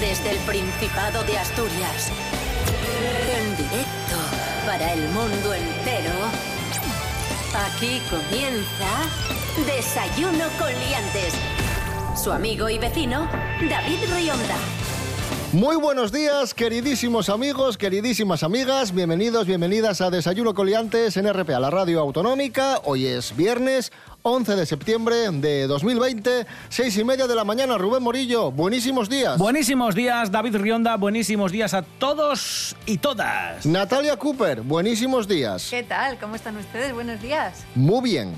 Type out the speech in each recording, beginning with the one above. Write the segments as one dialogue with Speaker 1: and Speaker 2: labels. Speaker 1: Desde el Principado de Asturias. En directo para el mundo entero. Aquí comienza Desayuno con Liantes. Su amigo y vecino, David Rionda.
Speaker 2: Muy buenos días, queridísimos amigos, queridísimas amigas, bienvenidos, bienvenidas a Desayuno Coliantes en RPA, la radio autonómica. Hoy es viernes 11 de septiembre de 2020, seis y media de la mañana. Rubén Morillo, buenísimos días.
Speaker 3: Buenísimos días, David Rionda, buenísimos días a todos y todas.
Speaker 2: Natalia Cooper, buenísimos días.
Speaker 4: ¿Qué tal? ¿Cómo están ustedes? Buenos días.
Speaker 2: Muy bien,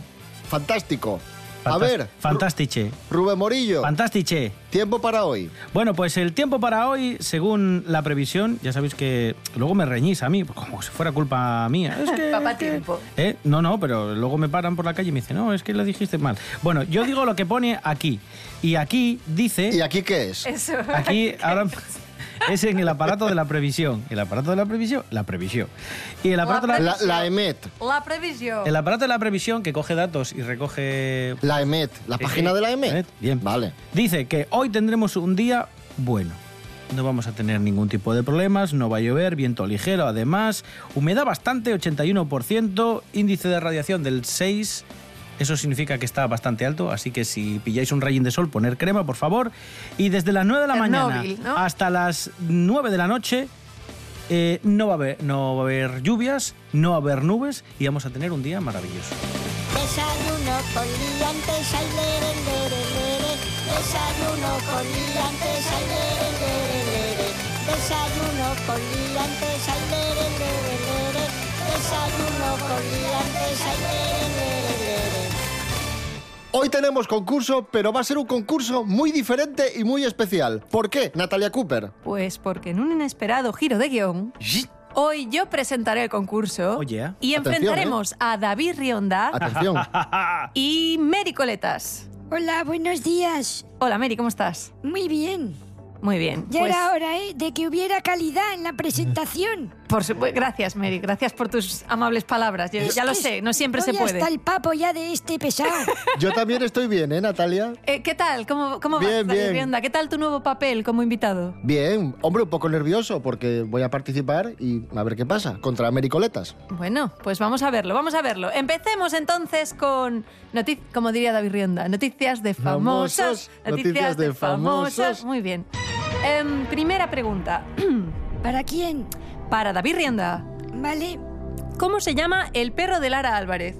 Speaker 2: fantástico. a
Speaker 3: Fantas-
Speaker 2: ver,
Speaker 3: Fantastiche.
Speaker 2: Rubén Morillo,
Speaker 3: Fantastiche.
Speaker 2: tiempo para hoy.
Speaker 3: Bueno, pues el tiempo para hoy, según la previsión, ya sabéis que luego me reñís a mí, como si fuera culpa mía. Es que,
Speaker 4: Papá
Speaker 3: es que-
Speaker 4: tiempo.
Speaker 3: Eh, No, no, pero luego me paran por la calle y me dicen, no, es que lo dijiste mal. Bueno, yo digo lo que pone aquí. Y aquí dice...
Speaker 2: ¿Y aquí qué es?
Speaker 4: Eso.
Speaker 3: Aquí ahora es en el aparato de la previsión. El aparato de la previsión, la previsión. Y el aparato de la,
Speaker 2: La, la E EMET,
Speaker 4: La previsión.
Speaker 3: el aparato de la previsión que coge datos y recoge
Speaker 2: la E EMET, la página de la E EMET.
Speaker 3: Bien.
Speaker 2: Vale.
Speaker 3: Dice que hoy tendremos un día bueno. No vamos a tener ningún tipo de problemas, no va a llover, viento ligero además, humedad bastante, 81%, índice de radiación del 6. Eso significa que está bastante alto, así que si pilláis un rayín de sol, poner crema, por favor. Y desde las 9 de la
Speaker 4: Chernóbil,
Speaker 3: mañana
Speaker 4: ¿no?
Speaker 3: hasta las 9 de la noche eh, no, va a haber, no va a haber lluvias, no va a haber nubes y vamos a tener un día maravilloso.
Speaker 5: Desayuno con liantes, ay, lere, lere, lere. Desayuno con liantes, ay, lere, lere, lere. Desayuno con liantes, ay, lere, lere, lere. Desayuno con liantes, ay, lere, lere, lere.
Speaker 2: Hoy tenemos concurso, pero va a ser un concurso muy diferente y muy especial. ¿Por qué, Natalia Cooper?
Speaker 4: Pues porque en un inesperado giro de guión, hoy yo presentaré el concurso
Speaker 3: Oye.
Speaker 4: y
Speaker 2: Oh, Atención, ¿eh?
Speaker 4: enfrentaremos a David Rionda
Speaker 2: Atención.
Speaker 4: y Mary Coletas.
Speaker 6: Hola, buenos días.
Speaker 4: Hola Mary, ¿cómo estás?
Speaker 6: Muy bien.
Speaker 4: Muy bien.
Speaker 6: Ya
Speaker 4: Pues, Mm.
Speaker 6: era hora, ¿eh? De que hubiera calidad en la presentación.
Speaker 4: por supu- gracias Mary, gracias por tus amables palabras. Yo- ya lo sé, no siempre se
Speaker 6: Hoy
Speaker 4: puede.
Speaker 6: Hasta el papo ya de este pesado.
Speaker 2: Yo también estoy bien, ¿eh, Natalia?
Speaker 4: Eh, ¿Qué tal? ¿Cómo, cómo
Speaker 2: Bien,
Speaker 4: vas, David
Speaker 2: bien.
Speaker 4: Rionda? ¿Qué tal tu nuevo papel como invitado?
Speaker 2: Bien, hombre, un poco nervioso porque voy a participar y a ver qué pasa contra Americoletas.
Speaker 4: Bueno, pues vamos a verlo, vamos a verlo. Empecemos entonces con, noti- como diría David Rionda, noticias de famosos.
Speaker 2: Famosos, noticias de famosos.
Speaker 4: Muy bien. Em, primera pregunta
Speaker 6: ¿Para quién?
Speaker 4: para David Rionda.
Speaker 6: Vale.
Speaker 4: ¿Cómo se llama el perro de Lara Álvarez?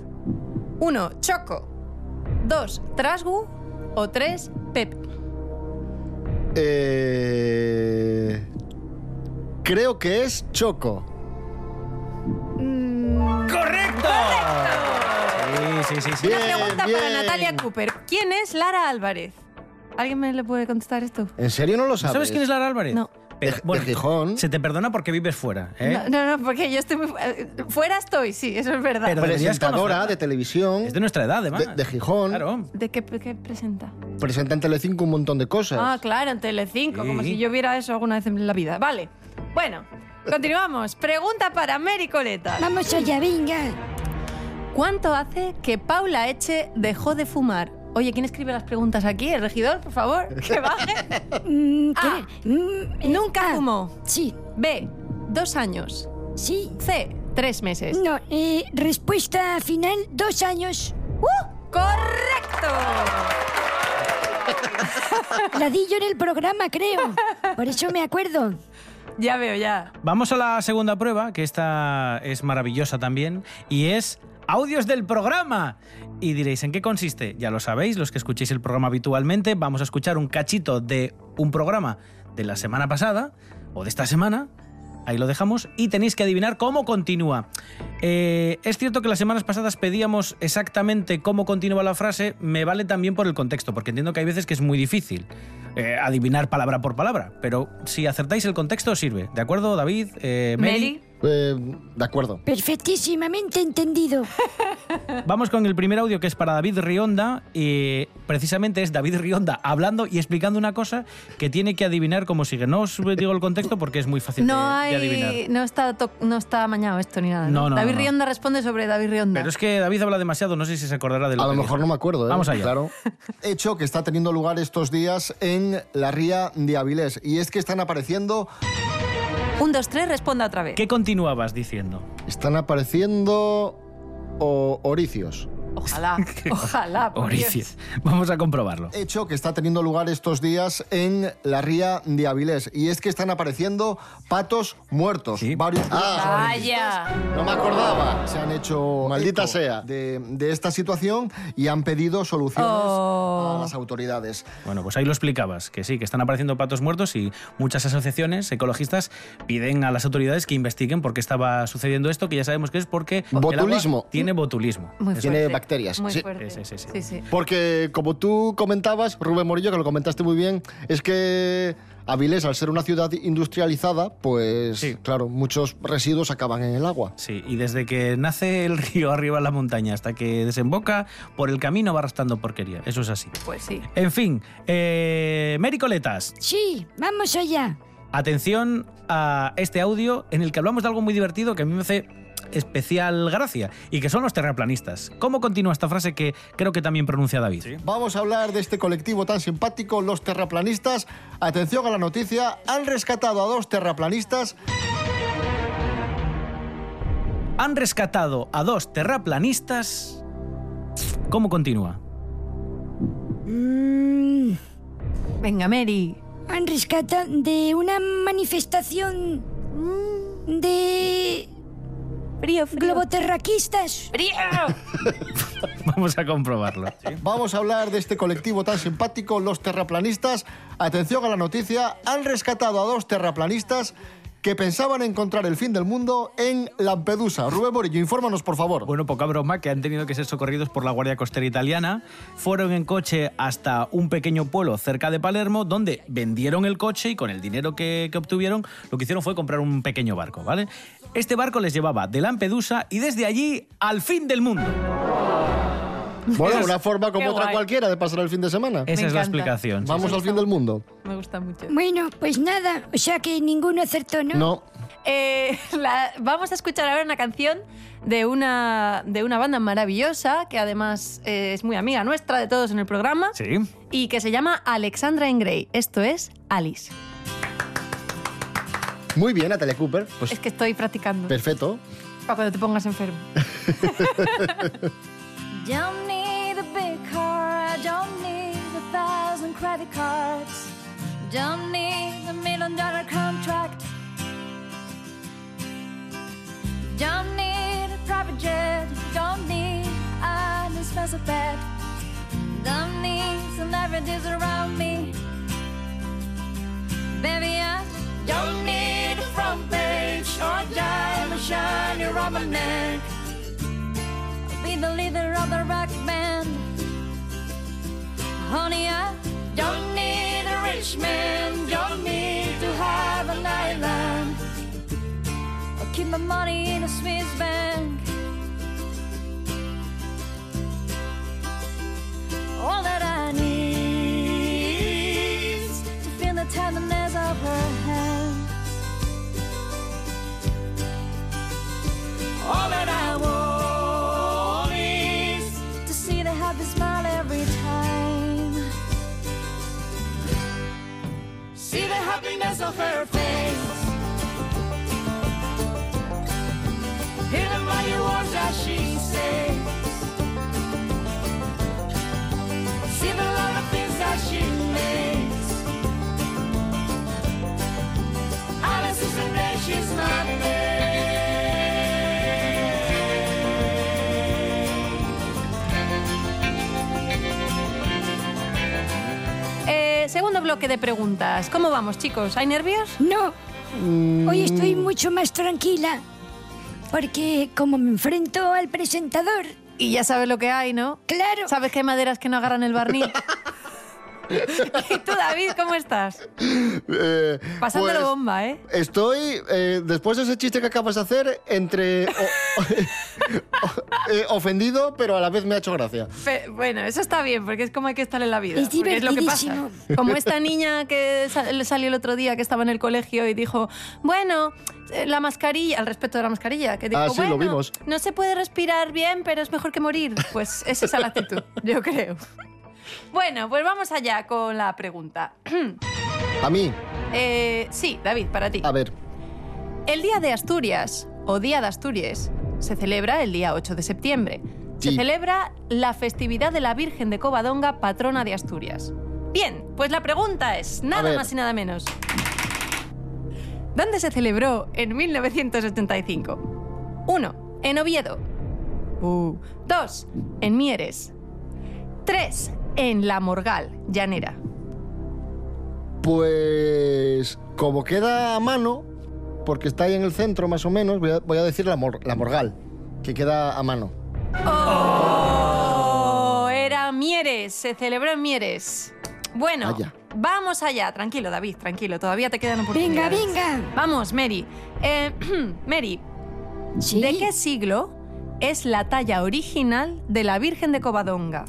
Speaker 4: 1. Choco. 2. Trasgu. O 3. Pep.
Speaker 2: Eh... Creo que es Choco.
Speaker 3: ¡Correcto! Sí, sí, sí. sí.
Speaker 2: Bien,
Speaker 4: Una pregunta
Speaker 2: bien.
Speaker 4: para Natalia Cooper. ¿Quién es Lara Álvarez? ¿Alguien me le puede contestar esto?
Speaker 2: ¿En serio no lo sabes?
Speaker 3: ¿Sabes, quién es Lara Álvarez?
Speaker 4: No.
Speaker 3: Pero,
Speaker 2: De- de Gijón.
Speaker 3: Se te perdona porque vives fuera, ¿eh?
Speaker 4: No, no, no, porque yo estoy muy... eh, Fuera estoy, sí, eso es verdad.
Speaker 3: Pero deberías
Speaker 2: Presentadora
Speaker 3: conocerla.
Speaker 2: de televisión.
Speaker 3: Es de nuestra edad, además.
Speaker 2: De- de Gijón.
Speaker 3: Claro.
Speaker 4: ¿De qué, qué presenta?
Speaker 3: Pues,
Speaker 2: Presenta en Telecinco un montón de cosas.
Speaker 4: Ah, claro, en Telecinco,
Speaker 3: Sí.
Speaker 4: como si yo viera eso alguna vez en la vida. Vale, bueno, continuamos. Pregunta para Mary Coleta.
Speaker 6: Vamos allá, venga.
Speaker 4: ¿Cuánto hace que Paula Eche dejó de fumar? Oye, ¿quién escribe las preguntas aquí? ¿El regidor, por favor? Que baje.
Speaker 6: Mm,
Speaker 4: A.
Speaker 6: ¿qué? Mm, eh,
Speaker 4: Ah, Nunca
Speaker 6: ah,
Speaker 4: fumó.
Speaker 6: Sí,
Speaker 4: B. Dos años.
Speaker 6: sí.
Speaker 4: C. Tres meses.
Speaker 6: No, eh, respuesta final, dos años.
Speaker 4: ¡Uh! ¡Correcto!
Speaker 6: La di yo ¡Uh! en el programa, creo. Por eso me acuerdo.
Speaker 4: Ya veo, ya.
Speaker 3: Vamos a la segunda prueba, que esta es maravillosa también, y es audios del programa. Y diréis, ¿en qué consiste? Ya lo sabéis, los que escuchéis el programa habitualmente, vamos a escuchar un cachito de un programa de la semana pasada o de esta semana. Ahí lo dejamos y tenéis que adivinar cómo continúa. Eh, es cierto que las semanas pasadas pedíamos exactamente cómo continúa la frase, me vale también por el contexto, porque entiendo que hay veces que es muy difícil eh, adivinar palabra por palabra, pero si acertáis el contexto sirve, ¿de acuerdo, David? Eh,
Speaker 4: Mary.
Speaker 2: Eh, de acuerdo.
Speaker 6: Perfectísimamente entendido.
Speaker 3: Vamos con el primer audio que es para David Rionda y precisamente es David Rionda hablando y explicando una cosa que tiene que adivinar como sigue. No os digo el contexto porque es muy fácil
Speaker 4: No
Speaker 3: de, de
Speaker 4: hay...
Speaker 3: adivinar.
Speaker 4: No está, to- no está amañado esto ni nada.
Speaker 3: No, no,
Speaker 4: David
Speaker 3: no, no.
Speaker 4: Rionda responde sobre David Rionda.
Speaker 3: Pero es que David habla demasiado, no sé si se acordará de lo
Speaker 2: A lo
Speaker 3: que
Speaker 2: mejor no
Speaker 3: dijo.
Speaker 2: me acuerdo, ¿eh?
Speaker 3: Vamos allá.
Speaker 2: Claro. Hecho que está teniendo lugar estos días en en la ría de Avilés. Y es que están apareciendo,
Speaker 4: Un, dos, tres, responda otra vez.
Speaker 3: ¿Qué continuabas diciendo?
Speaker 2: están apareciendo o- oricios.
Speaker 4: Ojalá, ojalá. por Oh, Dios.
Speaker 3: Oricio. Vamos a comprobarlo.
Speaker 2: Hecho que está teniendo lugar estos días en la ría de Avilés. Y es que están apareciendo patos muertos.
Speaker 3: Sí.
Speaker 2: Varios. Ah,
Speaker 4: Vaya.
Speaker 2: No me acordaba. Se han hecho maldita sea de, de esta situación y han pedido soluciones
Speaker 4: Oh.
Speaker 2: a las autoridades.
Speaker 3: Bueno, pues ahí lo explicabas, que sí, que están apareciendo patos muertos y muchas asociaciones ecologistas piden a las autoridades que investiguen por qué estaba sucediendo esto, que ya sabemos que es porque el agua
Speaker 2: Botulismo.
Speaker 3: tiene botulismo.
Speaker 4: Muy
Speaker 2: Tiene
Speaker 4: fuerte.
Speaker 2: bacterias,
Speaker 4: Muy
Speaker 2: sí.
Speaker 4: fuerte.
Speaker 3: Sí, sí, sí, sí.
Speaker 2: Porque como tú comentabas, Rubén Morillo, que lo comentaste muy bien, es que Avilés, al ser una ciudad industrializada, pues
Speaker 3: Sí.
Speaker 2: claro, muchos residuos acaban en el agua.
Speaker 3: Sí, y desde que nace el río arriba en la montaña hasta que desemboca, por el camino va arrastrando porquería. Eso es así.
Speaker 4: Pues sí.
Speaker 3: En fin, eh, Mary Coletas,
Speaker 6: Sí, vamos allá.
Speaker 3: atención a este audio en el que hablamos de algo muy divertido que a mí me hace especial gracia y que son los terraplanistas. ¿Cómo continúa esta frase que creo que también pronuncia David?
Speaker 2: Vamos a hablar de este colectivo tan simpático, los terraplanistas. Atención a la noticia, han rescatado a dos terraplanistas
Speaker 3: Han rescatado a dos terraplanistas. ¿Cómo continúa?
Speaker 6: Mm,
Speaker 4: Venga, Mary.
Speaker 6: han rescatado de una manifestación de
Speaker 4: Frío, frío.
Speaker 6: globoterraquistas.
Speaker 3: Vamos a comprobarlo.
Speaker 2: Vamos a hablar de este colectivo tan simpático, los terraplanistas. Atención a la noticia, han rescatado a dos terraplanistas que pensaban encontrar el fin del mundo en Lampedusa. Rubén Morillo, infórmanos, por favor.
Speaker 3: Bueno, poca broma, que han tenido que ser socorridos por la Guardia Costera Italiana. Fueron en coche hasta un pequeño pueblo cerca de Palermo, donde vendieron el coche y con el dinero que, que obtuvieron, lo que hicieron fue comprar un pequeño barco, ¿vale? Este barco les llevaba de Lampedusa y desde allí al fin del mundo.
Speaker 2: Bueno, una forma
Speaker 4: Qué
Speaker 2: como otra
Speaker 4: guay.
Speaker 2: cualquiera de pasar el fin de semana.
Speaker 3: Esa es la
Speaker 4: encanta.
Speaker 3: explicación. sí,
Speaker 2: Vamos al fin del mundo.
Speaker 4: Me gusta mucho.
Speaker 6: Bueno, pues nada, o sea que ninguno acertó, ¿no?
Speaker 2: No.
Speaker 4: Eh, la- vamos a escuchar ahora una canción de una, de una banda maravillosa que además eh, es muy amiga nuestra de todos en el programa
Speaker 3: Sí. Sí.
Speaker 4: y que se llama Alexandra en Grey. Esto es Alice.
Speaker 2: Muy bien, Natalia Cooper. Pues
Speaker 4: Es que estoy practicando
Speaker 2: perfecto.
Speaker 4: para cuando te pongas enfermo.
Speaker 7: Don't need a big car, I don't need a thousand credit cards. Don't need a million dollar contract. Don't need a private jet, don't need an expensive bed. Don't need celebrities around me. Baby, I don't need a front page or a diamond shiny around my neck be the leader of the rock band. Honey, I don't need a rich man, don't need to have an island. I keep my money in a Swiss bank. All that I need is to feel the tenderness of her hand. All that I want is to see the happy smile every time. See the happiness of her face. Hear the mighty words that she says. See the lot of things that she makes. Alice is the name, she's my
Speaker 4: Eh, segundo bloque de preguntas. ¿Cómo vamos, chicos? ¿Hay nervios?
Speaker 6: No, hoy estoy mucho más tranquila. Porque como me enfrento al presentador,
Speaker 4: Y ya sabes lo que hay, ¿no?
Speaker 6: claro,
Speaker 4: Sabes que hay maderas que no agarran el barniz. ¿Y tú, David, cómo estás?
Speaker 2: Eh,
Speaker 4: Pasándolo
Speaker 2: pues,
Speaker 4: bomba, ¿eh?
Speaker 2: Estoy, eh, después de ese chiste que acabas de hacer, entre o- o- eh, ofendido, pero a la vez me ha hecho gracia.
Speaker 4: Fe- bueno, eso está bien, porque es como hay que estar en la vida.
Speaker 6: Es
Speaker 4: porque lo que pasa.
Speaker 6: divertidísimo.
Speaker 4: Como esta niña que sa- le salió el otro día, que estaba en el colegio y dijo, bueno, eh, la mascarilla, al respecto de la mascarilla, que dijo,
Speaker 2: Ah, sí, lo
Speaker 4: bueno,
Speaker 2: vimos.
Speaker 4: no se puede respirar bien, pero es mejor que morir. Pues esa es la actitud, yo creo. Bueno, pues vamos allá con la pregunta.
Speaker 2: A mí,
Speaker 4: Eh, sí, David, para ti.
Speaker 2: a ver,
Speaker 4: El Día de Asturias, o Día de Asturias, se celebra el día 8 de septiembre. Se
Speaker 2: Sí.
Speaker 4: celebra la festividad de la Virgen de Covadonga, patrona de Asturias. Bien, pues la pregunta es, nada
Speaker 2: ver.
Speaker 4: más y nada menos. ¿Dónde se celebró en 1985? 1. En Oviedo.
Speaker 2: Uh.
Speaker 4: 2. En Mieres. 3. En La Morgal, Llanera.
Speaker 2: pues como queda a mano, porque está ahí en el centro más o menos, voy a, voy a decir la, mor- la Morgal, que queda a mano.
Speaker 4: Oh, era Mieres, se celebró en Mieres. Bueno,
Speaker 2: Vaya.
Speaker 4: vamos allá, tranquilo David, tranquilo, todavía te quedan
Speaker 6: Venga,
Speaker 4: oportunidades.
Speaker 6: venga.
Speaker 4: Vamos, Mary. Eh, Mary,
Speaker 6: Sí.
Speaker 4: ¿de qué siglo es la talla original de la Virgen de Covadonga?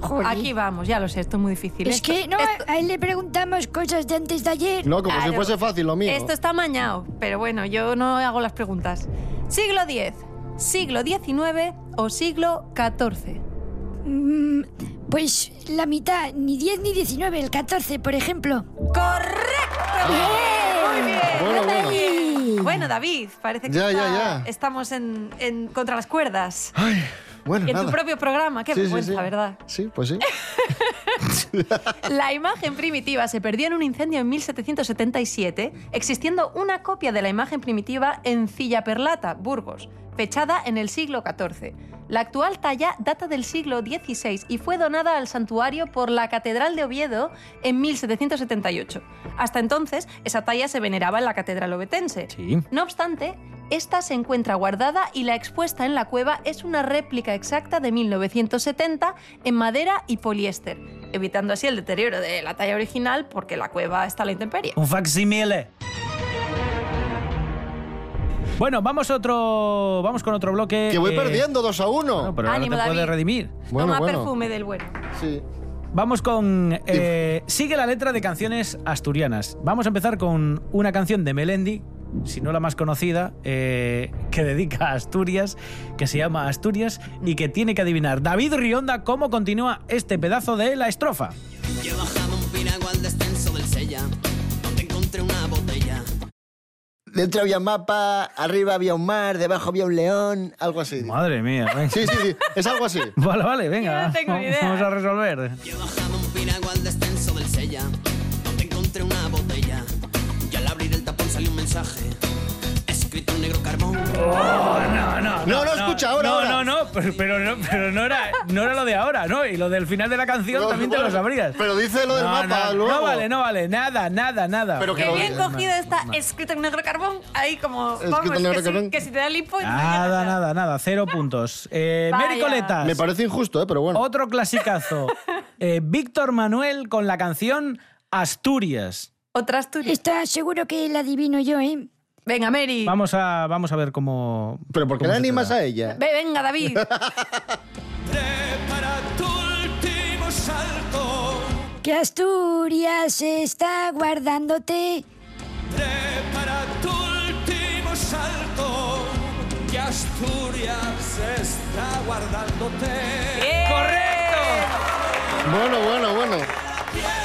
Speaker 6: Jolín.
Speaker 4: Aquí vamos, ya lo sé, esto es muy difícil.
Speaker 6: Es
Speaker 4: Esto-
Speaker 6: que no,
Speaker 4: esto-
Speaker 6: a él le preguntamos cosas de antes de ayer.
Speaker 2: No, como
Speaker 4: Claro.
Speaker 2: si fuese fácil lo mío.
Speaker 4: Esto está mañado, pero bueno, yo no hago las preguntas. ¿Siglo X, siglo XIX o siglo XIV?
Speaker 6: Mm, pues la mitad, ni 10 ni 19, el 14, por ejemplo.
Speaker 4: ¡Correcto!
Speaker 2: Ah,
Speaker 4: ¡Muy bien!
Speaker 2: Bueno,
Speaker 4: Muy
Speaker 2: bueno.
Speaker 4: bien. Bueno, David, parece que
Speaker 2: Ya,
Speaker 4: está-
Speaker 2: ya, ya.
Speaker 4: estamos en, en contra las cuerdas.
Speaker 2: Ay, bueno,
Speaker 4: Y en
Speaker 2: nada.
Speaker 4: tu propio programa, qué
Speaker 2: Sí, sí,
Speaker 4: vergüenza,
Speaker 2: sí.
Speaker 4: ¿verdad?
Speaker 2: Sí, pues sí.
Speaker 4: La imagen primitiva se perdió en un incendio en 1777, existiendo una copia de la imagen primitiva en Cilla Perlata, Burgos, fechada en el siglo XIV. La actual talla data del siglo XVI y fue donada al santuario por la Catedral de Oviedo en 1778. Hasta entonces, esa talla se veneraba en la Catedral Ovetense.
Speaker 3: Sí.
Speaker 4: No obstante, esta se encuentra guardada y la expuesta en la cueva es una réplica exacta de 1970 en madera y poliéster, evitando así el deterioro de la talla original porque la cueva está a la intemperie.
Speaker 3: Un facsimile. Bueno, vamos otro. Vamos con otro bloque.
Speaker 2: que voy
Speaker 3: eh,
Speaker 2: perdiendo 2 a 1.
Speaker 3: bueno, pero ahora
Speaker 4: Ánimo,
Speaker 3: te puedes
Speaker 4: David.
Speaker 3: redimir.
Speaker 2: Bueno,
Speaker 4: Toma
Speaker 2: bueno.
Speaker 4: perfume del bueno.
Speaker 2: Sí.
Speaker 3: Vamos con. eh, sigue la letra de canciones asturianas. Vamos a empezar con una canción de Melendi, si no la más conocida, eh, que dedica a Asturias, que se llama Asturias y que tiene que adivinar David Rionda cómo continúa este pedazo de la estrofa.
Speaker 8: Yo bajaba un piragua al descenso del Sella, donde encontré una botella.
Speaker 2: Dentro había un mapa, arriba había un mar, debajo había un león, algo así.
Speaker 3: Madre mía, venga.
Speaker 2: Sí, sí, sí, es algo así.
Speaker 3: Vale, vale, venga.
Speaker 4: Yo no tengo
Speaker 3: vamos,
Speaker 4: idea.
Speaker 3: vamos a resolver.
Speaker 8: Yo bajaba un piragua al descenso del Sella, donde encontré una botella. Y al abrir el tapón salió un mensaje, escrito en negro carbón.
Speaker 3: No, no,
Speaker 2: No, no, escucha, ahora,
Speaker 3: No,
Speaker 2: ahora.
Speaker 3: no, no, pero, pero no, pero no, era, no era lo de ahora, ¿no? Y lo del final de la canción
Speaker 2: No,
Speaker 3: también te
Speaker 2: bueno,
Speaker 3: lo sabrías.
Speaker 2: pero dice lo del
Speaker 3: No,
Speaker 2: mapa,
Speaker 3: no,
Speaker 2: luego.
Speaker 3: No vale, no vale, nada, nada, nada.
Speaker 2: Pero
Speaker 4: Qué
Speaker 2: lo
Speaker 4: bien
Speaker 2: digas,
Speaker 4: cogido está escrito en negro carbón, ahí como,
Speaker 2: Escrito
Speaker 4: vamos,
Speaker 2: en negro
Speaker 4: que si,
Speaker 2: carbón.
Speaker 4: que si te da el hipo...
Speaker 3: Nada, nada, nada, cero puntos. Eh, Mary
Speaker 4: Vaya.
Speaker 3: Coletas,
Speaker 2: Me parece injusto, ¿eh? pero bueno.
Speaker 3: otro clasicazo. Eh, Víctor Manuel con la canción Asturias.
Speaker 4: Otras tuyas.
Speaker 6: Está seguro que la adivino yo, ¿eh?
Speaker 4: Venga, Mary.
Speaker 3: Vamos a, vamos a ver cómo...
Speaker 2: Pero ¿por qué
Speaker 3: cómo
Speaker 2: la
Speaker 3: se te
Speaker 2: animas
Speaker 3: da.
Speaker 2: a ella?
Speaker 4: Ve, venga, David.
Speaker 8: Prepara tu último salto,
Speaker 6: Que Asturias está guardándote.
Speaker 8: prepara eh, tu último salto, que Asturias está guardándote.
Speaker 4: ¡Eh!
Speaker 3: ¡Correcto!
Speaker 2: Bueno, bueno, bueno.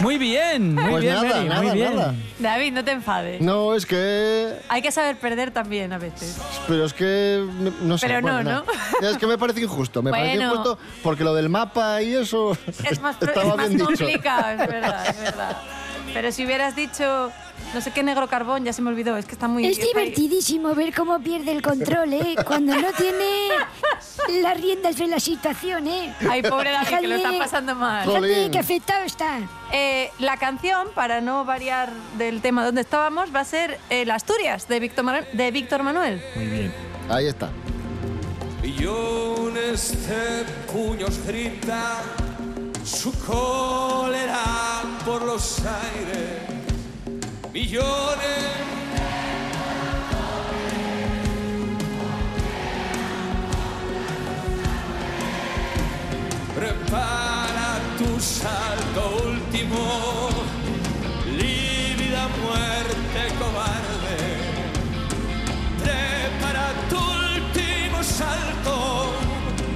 Speaker 3: Muy bien, muy
Speaker 2: Pues
Speaker 3: bien,
Speaker 2: nada,
Speaker 3: Mary,
Speaker 2: nada,
Speaker 3: muy bien.
Speaker 2: nada.
Speaker 4: David, no te enfades.
Speaker 2: No, es que.
Speaker 4: Hay que saber perder también a veces.
Speaker 2: Pero es que. me- No sé.
Speaker 4: Pero no,
Speaker 2: bueno,
Speaker 4: ¿no?
Speaker 2: nada. Es que me parece injusto. Me parece
Speaker 4: Bueno.
Speaker 2: injusto porque lo del mapa y eso.
Speaker 4: Es más, pro-
Speaker 2: estaba
Speaker 4: es más
Speaker 2: bien dicho.
Speaker 4: complicado, es verdad, es verdad. Pero si hubieras dicho, no sé qué negro carbón, ya se me olvidó, es que está muy...
Speaker 6: Es
Speaker 4: está-
Speaker 6: divertidísimo ver cómo pierde el control, ¿eh? Cuando no tiene las riendas de la situación, ¿eh?
Speaker 4: Ay, pobre David, que lo está
Speaker 6: Fíjate.
Speaker 4: pasando mal.
Speaker 6: Fíjate
Speaker 2: Jolín.
Speaker 6: que afectado está.
Speaker 4: Eh, la canción, para no variar del tema donde estábamos, va a ser El Asturias, de Víctor, Manu- de Víctor Manuel.
Speaker 2: Ahí está.
Speaker 9: Y un este puño grita su cólera por los aires. Millones. Prepara tu salto último, lívida muerte cobarde. Prepara tu último salto,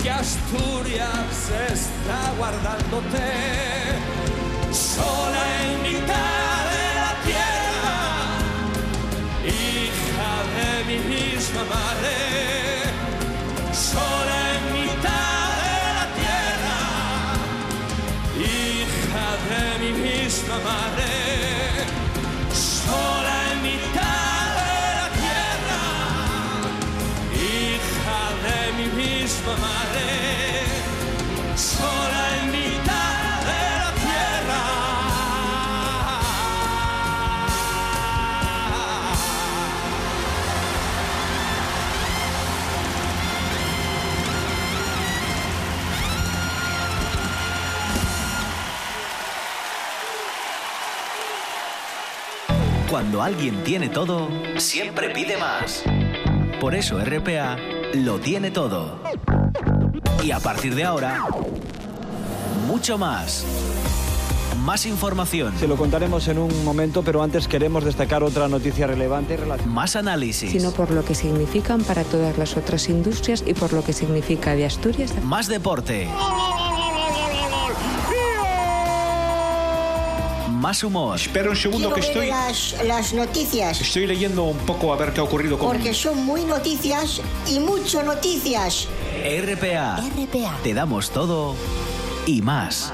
Speaker 9: que Asturias está guardándote. hija de mi misma madre, sola en mitad de la tierra, hija de mi misma madre, sola en mitad de la tierra.
Speaker 10: Cuando alguien tiene todo, siempre pide más. Por eso RPA lo tiene todo. Y a partir de ahora, mucho más. Más información,
Speaker 11: Se lo contaremos en un momento, pero antes queremos destacar otra noticia relevante
Speaker 10: más análisis,
Speaker 12: sino por lo que significan para todas las otras industrias y por lo que significa de Asturias.
Speaker 10: más deporte. Más humor.
Speaker 13: Espera un segundo que
Speaker 5: Quiero ver
Speaker 13: estoy,
Speaker 5: Las, las noticias,
Speaker 13: estoy leyendo un poco a ver qué ha ocurrido con...
Speaker 5: porque son muy noticias y mucho noticias.
Speaker 10: RPA.
Speaker 5: RPA.
Speaker 10: Te damos todo y más.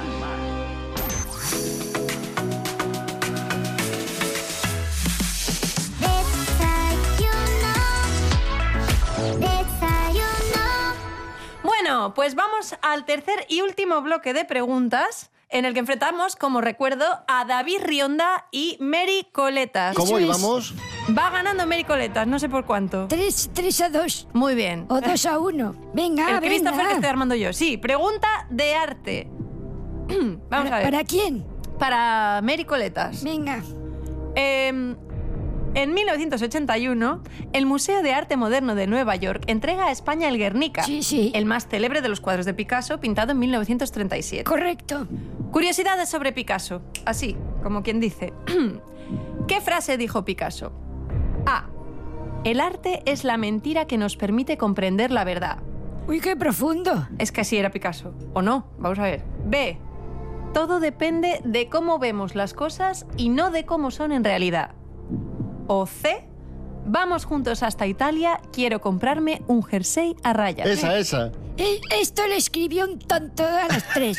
Speaker 4: Bueno, pues vamos al tercer y último bloque de preguntas en el que enfrentamos, como recuerdo, a David Rionda y Mary Coletas.
Speaker 2: ¿Cómo íbamos?
Speaker 4: Va ganando Mary Coletas, no sé por cuánto.
Speaker 6: 3, 3 a 2.
Speaker 4: Muy bien.
Speaker 6: O 2 a 1. Venga,
Speaker 4: el
Speaker 6: venga.
Speaker 4: Christopher que estoy armando yo. Sí, pregunta de arte. Vamos
Speaker 6: ¿Para-
Speaker 4: a ver.
Speaker 6: ¿Para quién?
Speaker 4: Para Mary Coletas.
Speaker 6: Venga.
Speaker 4: Em, en 1981, el Museo de Arte Moderno de Nueva York entrega a España el Guernica,
Speaker 6: Sí, sí.
Speaker 4: el más célebre de los cuadros de Picasso, pintado en 1937.
Speaker 6: Correcto.
Speaker 4: Curiosidades sobre Picasso, así, como quien dice. ¿Qué frase dijo Picasso? A. El arte es la mentira que nos permite comprender la verdad.
Speaker 6: Uy, qué profundo.
Speaker 4: Es que así era Picasso. ¿O no? Vamos a ver. B. Todo depende de cómo vemos las cosas y no de cómo son en realidad. O C. Vamos juntos hasta Italia, quiero comprarme un jersey a rayas.
Speaker 2: Esa, esa.
Speaker 6: E- Esto lo escribió un tonto a las tres.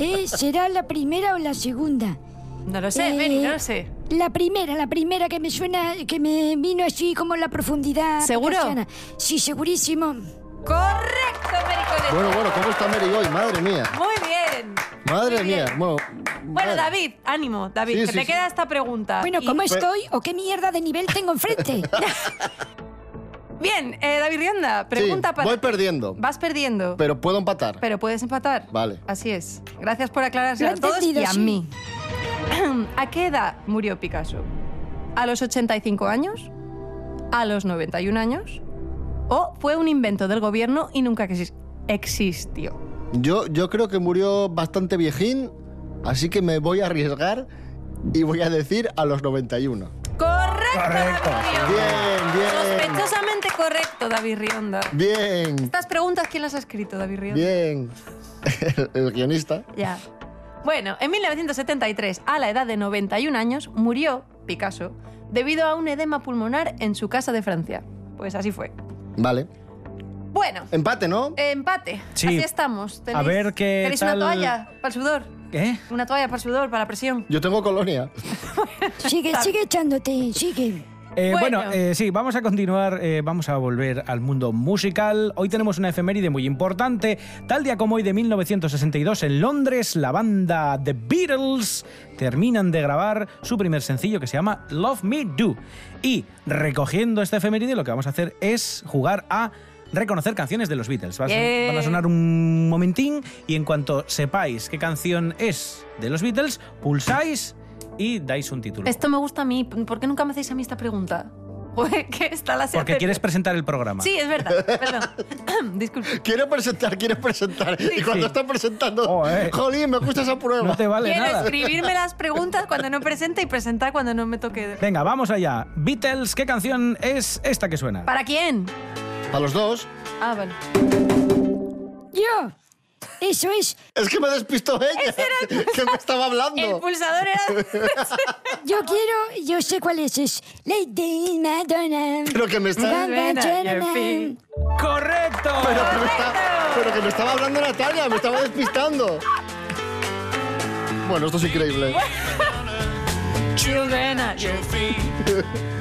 Speaker 6: Eh, ¿Será la primera o la segunda?
Speaker 4: No lo sé, Mary,
Speaker 6: Eh,
Speaker 4: no lo sé.
Speaker 6: La primera, la primera que me suena, que me vino así como la profundidad.
Speaker 4: ¿Seguro?
Speaker 6: picasiana. Sí, segurísimo.
Speaker 4: ¡Correcto, Mary Colette.
Speaker 2: Bueno, bueno, ¿cómo está Mary hoy? Madre mía.
Speaker 4: Muy bien.
Speaker 2: Madre
Speaker 4: Muy
Speaker 2: mía.
Speaker 4: bien.
Speaker 2: Bueno,
Speaker 4: Bueno,
Speaker 2: madre.
Speaker 4: David, ánimo, David,
Speaker 2: Sí,
Speaker 4: que
Speaker 2: sí,
Speaker 4: te
Speaker 2: sí.
Speaker 4: queda esta pregunta.
Speaker 6: Bueno,
Speaker 4: Ah, Y-
Speaker 6: ¿cómo estoy o qué mierda de nivel tengo enfrente?
Speaker 4: Bien, eh, David Rionda, pregunta
Speaker 2: Sí,
Speaker 4: para.
Speaker 2: Voy perdiendo,
Speaker 4: Vas perdiendo, pero...
Speaker 2: pero puedo empatar.
Speaker 4: puedes empatar.
Speaker 2: Vale.
Speaker 4: Así es. Gracias por
Speaker 6: Lo
Speaker 4: aclarárselo
Speaker 6: he
Speaker 4: a todos y
Speaker 6: entendido,
Speaker 4: a
Speaker 6: sí.
Speaker 4: mí. ¿A qué edad murió Picasso? ¿A los 85 años? ¿A los 91 años? ¿O fue un invento del gobierno y nunca exis- existió?
Speaker 2: Yo, yo creo que murió bastante viejín, así que me voy a arriesgar y voy a decir a los 91.
Speaker 4: ¡Correcto, David Rionda!
Speaker 2: Bien, bien.
Speaker 4: Sospechosamente correcto, David Rionda.
Speaker 2: Bien,
Speaker 4: Estas preguntas, ¿quién las ha escrito, David Rionda?
Speaker 2: bien. El, el guionista.
Speaker 4: Ya. Bueno, en 1973, a la edad de 91 años, murió Picasso debido a un edema pulmonar en su casa de Francia. Pues así fue.
Speaker 2: Vale.
Speaker 4: Bueno,
Speaker 2: Empate, ¿no?
Speaker 4: Eh. empate.
Speaker 3: Sí.
Speaker 4: Así estamos. ¿Tenéis-
Speaker 3: A ver qué
Speaker 4: ¿Queréis
Speaker 3: tal-
Speaker 4: una toalla para el sudor?
Speaker 3: ¿Eh?
Speaker 4: Una toalla para el sudor, para la presión.
Speaker 2: Yo tengo colonia.
Speaker 6: sigue, sigue echándote, sigue.
Speaker 3: Eh, bueno,
Speaker 4: Bueno.
Speaker 3: eh, sí, vamos a continuar, eh, vamos a volver al mundo musical. Hoy tenemos una efeméride muy importante. Tal día como hoy de 1962 en Londres, la banda The Beatles terminan de grabar su primer sencillo que se llama Love Me Do. Y recogiendo esta efeméride lo que vamos a hacer es jugar a reconocer canciones de los Beatles. Vas-
Speaker 4: Bien.
Speaker 3: Van a sonar un momentín y en cuanto sepáis qué canción es de los Beatles, pulsáis y dais un título.
Speaker 4: Esto me gusta a mí. ¿Por qué nunca me hacéis a mí esta pregunta? Joder, que está la
Speaker 3: Porque quieres presentar el programa.
Speaker 4: Sí, es verdad. Perdón. Disculpe.
Speaker 2: Quiero presentar, quiero presentar. Y cuando
Speaker 3: sí.
Speaker 2: está presentando,
Speaker 3: Oh, eh.
Speaker 2: jolín, me gusta esa prueba.
Speaker 3: No te vale
Speaker 4: Quiero
Speaker 3: nada.
Speaker 4: escribirme las preguntas cuando no presente y presentar cuando no me toque.
Speaker 3: Venga, vamos allá. Beatles, ¿qué canción es esta que suena?
Speaker 4: ¿Para quién?
Speaker 2: A los dos.
Speaker 4: Ah, vale.
Speaker 6: Yo. Eso es.
Speaker 2: Es que me despistó ella. Que me estaba
Speaker 4: El
Speaker 2: hablando.
Speaker 4: pulsador era.
Speaker 6: Yo quiero, yo sé cuál es. Es Lady Madonna.
Speaker 2: Pero que me está.
Speaker 3: ¡Correcto!
Speaker 2: Pero que me, está- pero que me estaba hablando Natalia, me estaba despistando. Bueno, esto es increíble.
Speaker 7: Children at your feet.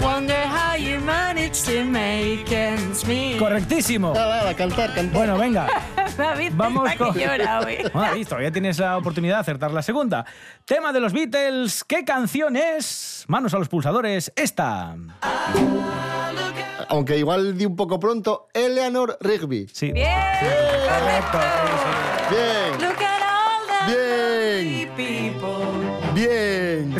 Speaker 7: Wonder how you manage to make ends meet.
Speaker 3: Correctísimo.
Speaker 2: cantar, cantar.
Speaker 3: Bueno, venga.
Speaker 4: David,
Speaker 3: Vamos
Speaker 4: está que
Speaker 3: con...
Speaker 4: llora hoy.
Speaker 3: Ah, listo, ya tienes la oportunidad de acertar la segunda. Tema de los Beatles. ¿Qué canción es? Manos a los pulsadores. Esta.
Speaker 2: Aunque igual di un poco pronto, Eleanor Rigby.
Speaker 3: Sí.
Speaker 2: Correcto. Bien.
Speaker 7: Look at all the
Speaker 2: Bien.
Speaker 7: people.
Speaker 2: Bien.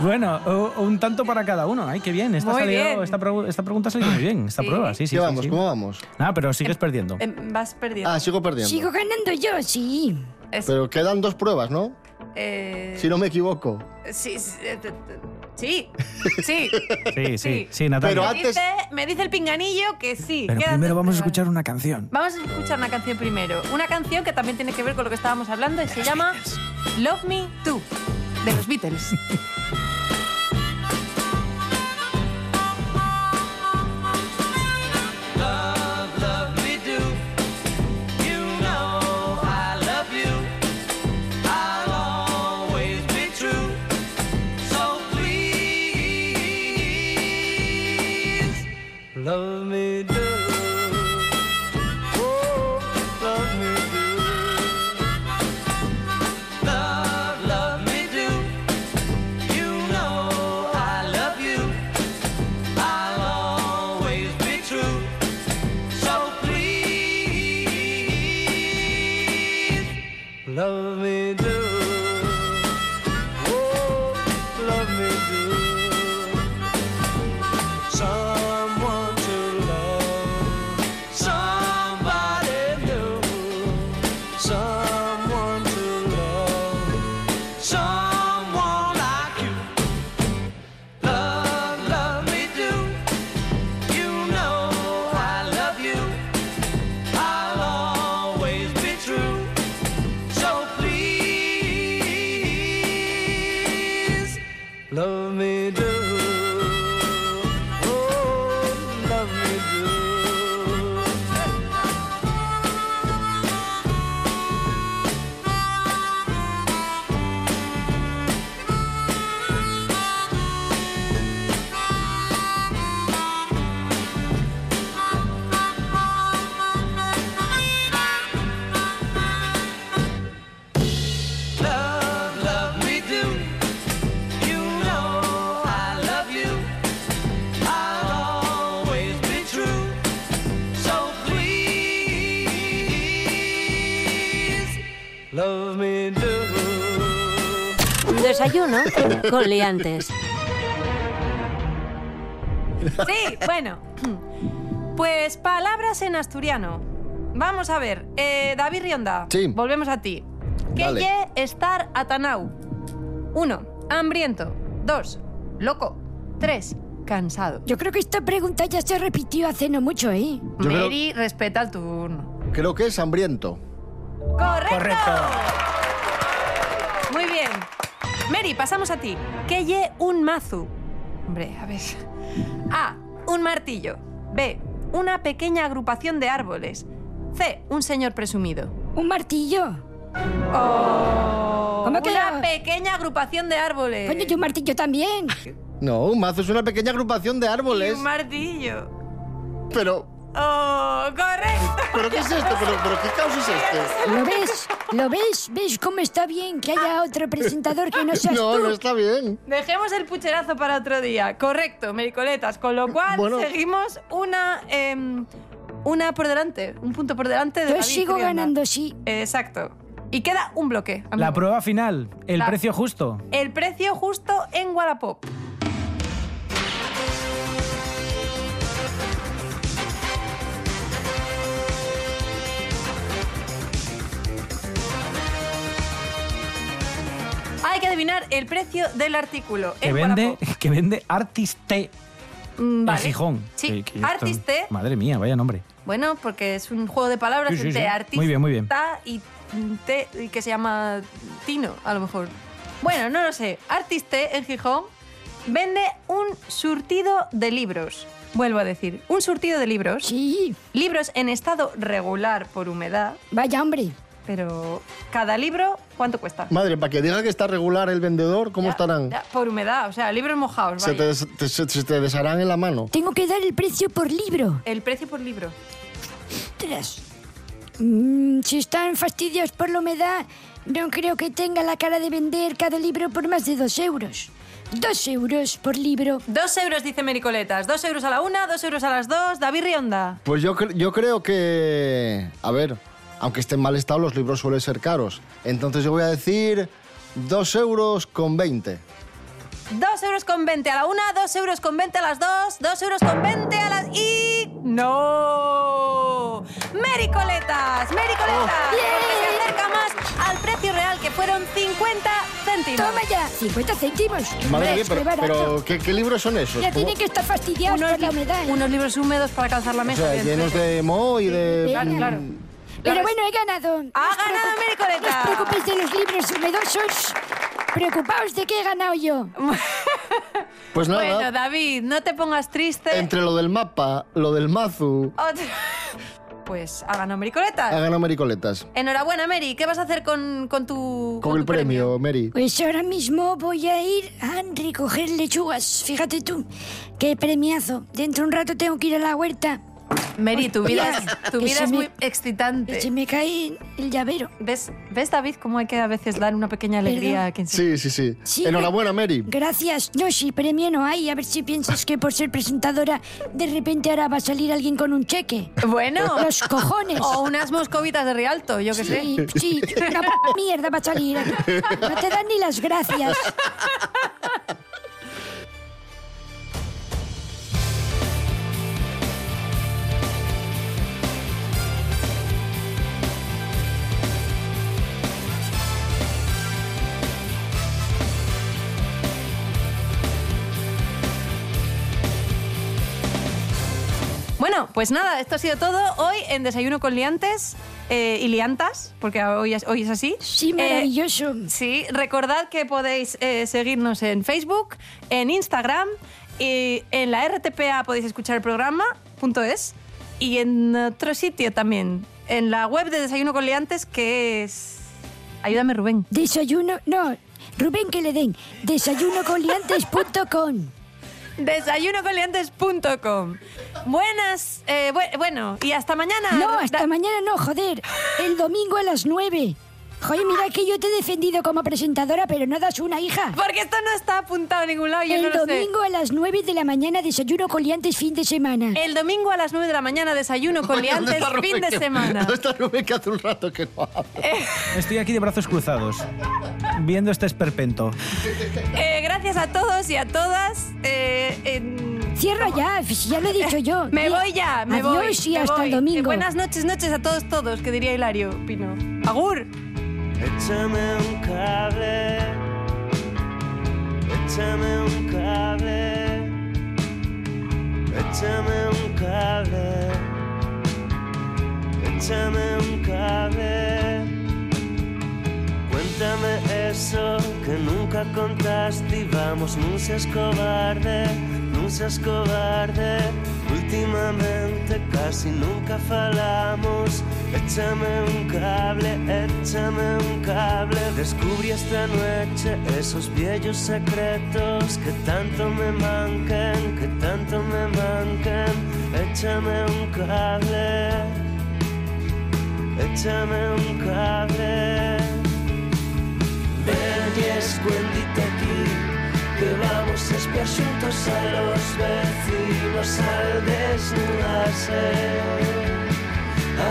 Speaker 3: Bueno, o- o un tanto para cada uno. Ay, qué bien. Esta, ha
Speaker 4: Muy
Speaker 3: salido-
Speaker 4: bien.
Speaker 3: esta, pregu- esta pregunta ha salido muy bien. Esta
Speaker 4: Sí.
Speaker 3: prueba, sí, sí.
Speaker 2: ¿Qué
Speaker 3: sí,
Speaker 2: vamos?
Speaker 3: sí.
Speaker 2: ¿Cómo vamos?
Speaker 3: Ah, pero sigues perdiendo.
Speaker 4: Eh, Vas perdiendo.
Speaker 2: Ah, sigo perdiendo.
Speaker 6: Sigo ganando yo, sí.
Speaker 4: Es-
Speaker 2: Pero quedan dos pruebas, ¿no?
Speaker 4: eh,
Speaker 2: Si no me equivoco.
Speaker 4: sí, sí, eh, t- t- sí, sí.
Speaker 3: Sí, sí,
Speaker 4: Sí.
Speaker 3: sí, Natalia.
Speaker 2: Pero
Speaker 4: Me
Speaker 2: antes-
Speaker 4: dice- me dice el pinganillo que sí.
Speaker 3: Pero
Speaker 4: Quédate-
Speaker 3: primero vamos a escuchar una canción.
Speaker 4: Vamos a escuchar una canción primero. Una canción que también tiene que ver con lo que estábamos hablando y se llama Love Me Too, de los Beatles.
Speaker 9: Love, love me do. You know I love you. I'll always be true. So please, love me do. Oh, love me do. Love, love me do. You know I love you. I'll always be true. So please, love me do. Oh, love me do. Someone to love, somebody new. Someone to love, someone like you. Love, love me do. You know I love you. I'll always be true. So please, love me do. Oh, love me do. Love, love me do. You know I love you. I'll always be true. So please, love me do.
Speaker 1: Desayuno con liantes.
Speaker 4: Sí, bueno. Pues palabras en asturiano. Vamos a ver, eh, David Rionda.
Speaker 2: Sí.
Speaker 4: Volvemos a ti.
Speaker 2: Dale.
Speaker 4: Queye estar atanau. 1. Hambriento. 2. Loco. 3. Cansado.
Speaker 6: Yo creo que esta pregunta ya se repitió hace no mucho, ¿eh?
Speaker 2: Yo creo-
Speaker 4: Mary, respeta el turno.
Speaker 2: Creo que es hambriento.
Speaker 4: ¡Correcto!
Speaker 3: Correcto.
Speaker 4: Muy bien. Mary, pasamos a ti. Queye un mazu. Hombre, a ver. A. Un martillo. B. Una pequeña agrupación de árboles. C. Un señor presumido.
Speaker 6: Un martillo. Oh, ¿Cómo que
Speaker 4: una
Speaker 6: no?
Speaker 4: pequeña agrupación de
Speaker 2: Eh.
Speaker 4: árboles.
Speaker 6: Coño, y un martillo también.
Speaker 2: No, un mazo es una pequeña agrupación de
Speaker 4: Y
Speaker 2: árboles.
Speaker 4: un martillo.
Speaker 2: Pero,
Speaker 4: Oh, correcto.
Speaker 2: ¿pero qué es esto? ¿Pero, pero qué caos es este?
Speaker 6: ¿Lo ves? ¿Lo ves? ¿Ves cómo está bien que haya otro presentador que no seas
Speaker 2: No,
Speaker 6: tú?
Speaker 2: no está bien.
Speaker 4: Dejemos el pucherazo para otro día. Correcto, Mericoletas. Con lo cual,
Speaker 2: Bueno.
Speaker 4: seguimos una, em, una por delante, un punto por delante de
Speaker 6: Yo
Speaker 4: David
Speaker 6: sigo
Speaker 4: Rionda.
Speaker 6: ganando, sí.
Speaker 4: Exacto. Y queda un bloque. amigo.
Speaker 3: La prueba final, el
Speaker 4: La-
Speaker 3: precio justo.
Speaker 4: El precio justo en Wallapop. Hay que adivinar el precio del artículo.
Speaker 3: Que
Speaker 4: en
Speaker 3: vende,
Speaker 4: Wallapop.
Speaker 3: que vende Artiste
Speaker 4: Mm,
Speaker 3: en
Speaker 4: vale.
Speaker 3: Gijón.
Speaker 4: Sí,
Speaker 3: Que- que esto-
Speaker 4: Artiste.
Speaker 3: Madre mía, vaya nombre.
Speaker 4: Bueno, porque es un juego de palabras
Speaker 3: Sí, sí,
Speaker 4: entre
Speaker 3: sí.
Speaker 4: artista
Speaker 3: Muy bien, muy bien.
Speaker 4: y te- y que se llama Tino, a lo mejor. Bueno, no lo sé. Artiste en Gijón vende un surtido de libros. Vuelvo a decir, un surtido de libros.
Speaker 6: Sí.
Speaker 4: Libros en estado regular por humedad,
Speaker 6: Vaya hombre.
Speaker 4: pero cada libro ¿Cuánto cuesta?
Speaker 2: Madre, para que diga que está regular el vendedor, ¿cómo
Speaker 4: Ya,
Speaker 2: estarán?
Speaker 4: ya, por humedad, o sea, libros mojados.
Speaker 2: Se te,
Speaker 4: vaya.
Speaker 2: des- te- se- se te desharán en la mano.
Speaker 6: Tengo que dar el precio por libro.
Speaker 4: El precio por libro.
Speaker 6: Ostras. Mm, si están fastidios por la humedad, no creo que tenga la cara de vender cada libro por más de dos euros. Dos euros por libro.
Speaker 4: Dos euros, dice Mericoletas. Dos euros a la una, dos euros a las dos. David Rionda.
Speaker 2: Pues yo, cre- yo creo que... A ver, aunque estén mal estado, los libros suelen ser caros. Entonces yo voy a decir 2 euros con 20.
Speaker 4: Dos euros con veinte a la una, dos euros con veinte a las dos, dos euros con veinte a las... Y... ¡No! ¡Mericoletas! ¡Mericoletas!
Speaker 6: Oh.
Speaker 4: Porque se acerca más al precio real, que fueron 50 céntimos.
Speaker 6: Toma ya, 50 céntimos.
Speaker 2: Madre mía,
Speaker 6: Hombre,
Speaker 2: pero,
Speaker 6: qué barato.
Speaker 2: pero ¿qué, qué libros son esos?
Speaker 6: Ya
Speaker 2: ¿Cómo-
Speaker 6: tienen que estar fastidiados por la humedad.
Speaker 4: Unos libros húmedos para calzar la
Speaker 2: o
Speaker 4: mesa.
Speaker 2: sea,
Speaker 4: bien.
Speaker 2: llenos de Mm. moho y de...
Speaker 6: Venga.
Speaker 4: Claro.
Speaker 6: Pero bueno, he ganado.
Speaker 4: ¡Ha ganado Mericoleta!
Speaker 6: No os preocupéis de los libros humedosos. Preocupaos de que he ganado yo.
Speaker 2: Pues nada,
Speaker 4: Bueno, David, no te pongas triste.
Speaker 2: entre lo del mapa, lo del mazu,
Speaker 4: Otro- Pues ha ganado
Speaker 2: ha
Speaker 4: Mericoletas.
Speaker 2: ganado Mericoletas.
Speaker 4: Enhorabuena, Meri. ¿Qué vas a hacer con, con tu...?
Speaker 2: Con el premio, Meri.
Speaker 6: Pues ahora mismo voy a ir a recoger lechugas. Fíjate tú, qué premiazo. Dentro de un rato tengo que ir a la huerta.
Speaker 4: Meri, tu vida es, tu
Speaker 6: Que
Speaker 4: vida
Speaker 6: se
Speaker 4: es
Speaker 6: me-
Speaker 4: muy excitante.
Speaker 6: que se me cae el llavero.
Speaker 4: ¿Ves, ¿Ves, David, cómo hay que a veces dar una pequeña alegría
Speaker 6: Perdón.
Speaker 4: a quien se...
Speaker 2: Sí, sí, sí.
Speaker 6: Sí,
Speaker 2: Enhorabuena, Meri.
Speaker 6: Gracias. No, si premio no hay. A ver si piensas que por ser presentadora de repente ahora va a salir alguien con un cheque.
Speaker 4: Bueno.
Speaker 6: Los cojones.
Speaker 4: O unas moscovitas de Rialto, yo qué
Speaker 6: Sí,
Speaker 4: sé.
Speaker 6: sí, una p- mierda va a salir. No te dan ni las gracias.
Speaker 4: Bueno, pues nada, esto ha sido todo hoy en Desayuno con Liantes eh, y Liantas, porque hoy es, hoy es así.
Speaker 6: Sí,
Speaker 4: Eh,
Speaker 6: maravilloso.
Speaker 4: sí, recordad que podéis eh, seguirnos en Facebook, en Instagram, y en la RTPA podéis escuchar el programa, punto es, y en otro sitio también, en la web de Desayuno con Liantes, que es... Ayúdame, Rubén.
Speaker 6: Desayuno, no, Rubén que le den. Desayunocoliantes.com.
Speaker 4: Desayunocoliantes.com. Buenas, eh, bu- bueno, y hasta mañana.
Speaker 6: No, hasta mañana no, joder. El domingo a las 9. Joder, mira que yo te he defendido como presentadora, pero no das una hija.
Speaker 4: Porque esto no está apuntado a ningún lado, yo no
Speaker 6: El
Speaker 4: lo sé.
Speaker 6: domingo a las 9 de la mañana, desayuno coliantes fin de semana.
Speaker 4: El domingo a las 9 de la mañana, desayuno con
Speaker 2: Oye, ¿dónde
Speaker 4: liantes,
Speaker 2: está Rubén
Speaker 4: fin de
Speaker 2: que-
Speaker 4: semana.
Speaker 2: ¿Dónde está Rubén que hace un rato que no habla?
Speaker 3: Estoy aquí de brazos cruzados, viendo este esperpento.
Speaker 4: Eh, gracias a todos y a todas. eh, en-
Speaker 6: Cierra ya, si ya lo he dicho yo.
Speaker 4: Me
Speaker 6: Di-
Speaker 4: voy ya, me voy.
Speaker 6: Adiós y
Speaker 4: me
Speaker 6: hasta el
Speaker 4: voy. Eh,
Speaker 6: domingo.
Speaker 4: buenas noches, noches a todos, todos, que diría Hilario Pino. Agur.
Speaker 9: Échame un cable, échame un cable, échame un cable, échame un cable. Cuéntame eso que nunca contaste y vamos, no seas cobarde, no seas cobarde. Últimamente casi nunca falamos. Échame un cable, échame un cable. Descubrí esta noche esos viejos secretos que tanto me manquen, que tanto me manquen. Échame un cable, échame un cable. Ven y escuéndite aquí, que vamos espiar juntos a los vecinos al desnudarse,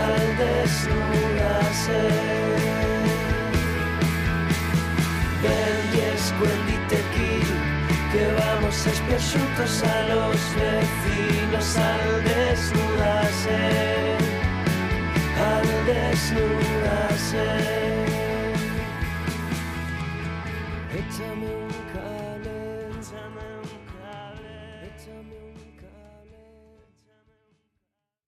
Speaker 9: al desnudarse. Ven y escuéndite aquí, que vamos espiar juntos a los vecinos al desnudarse, al desnudarse. Échame un cable, échame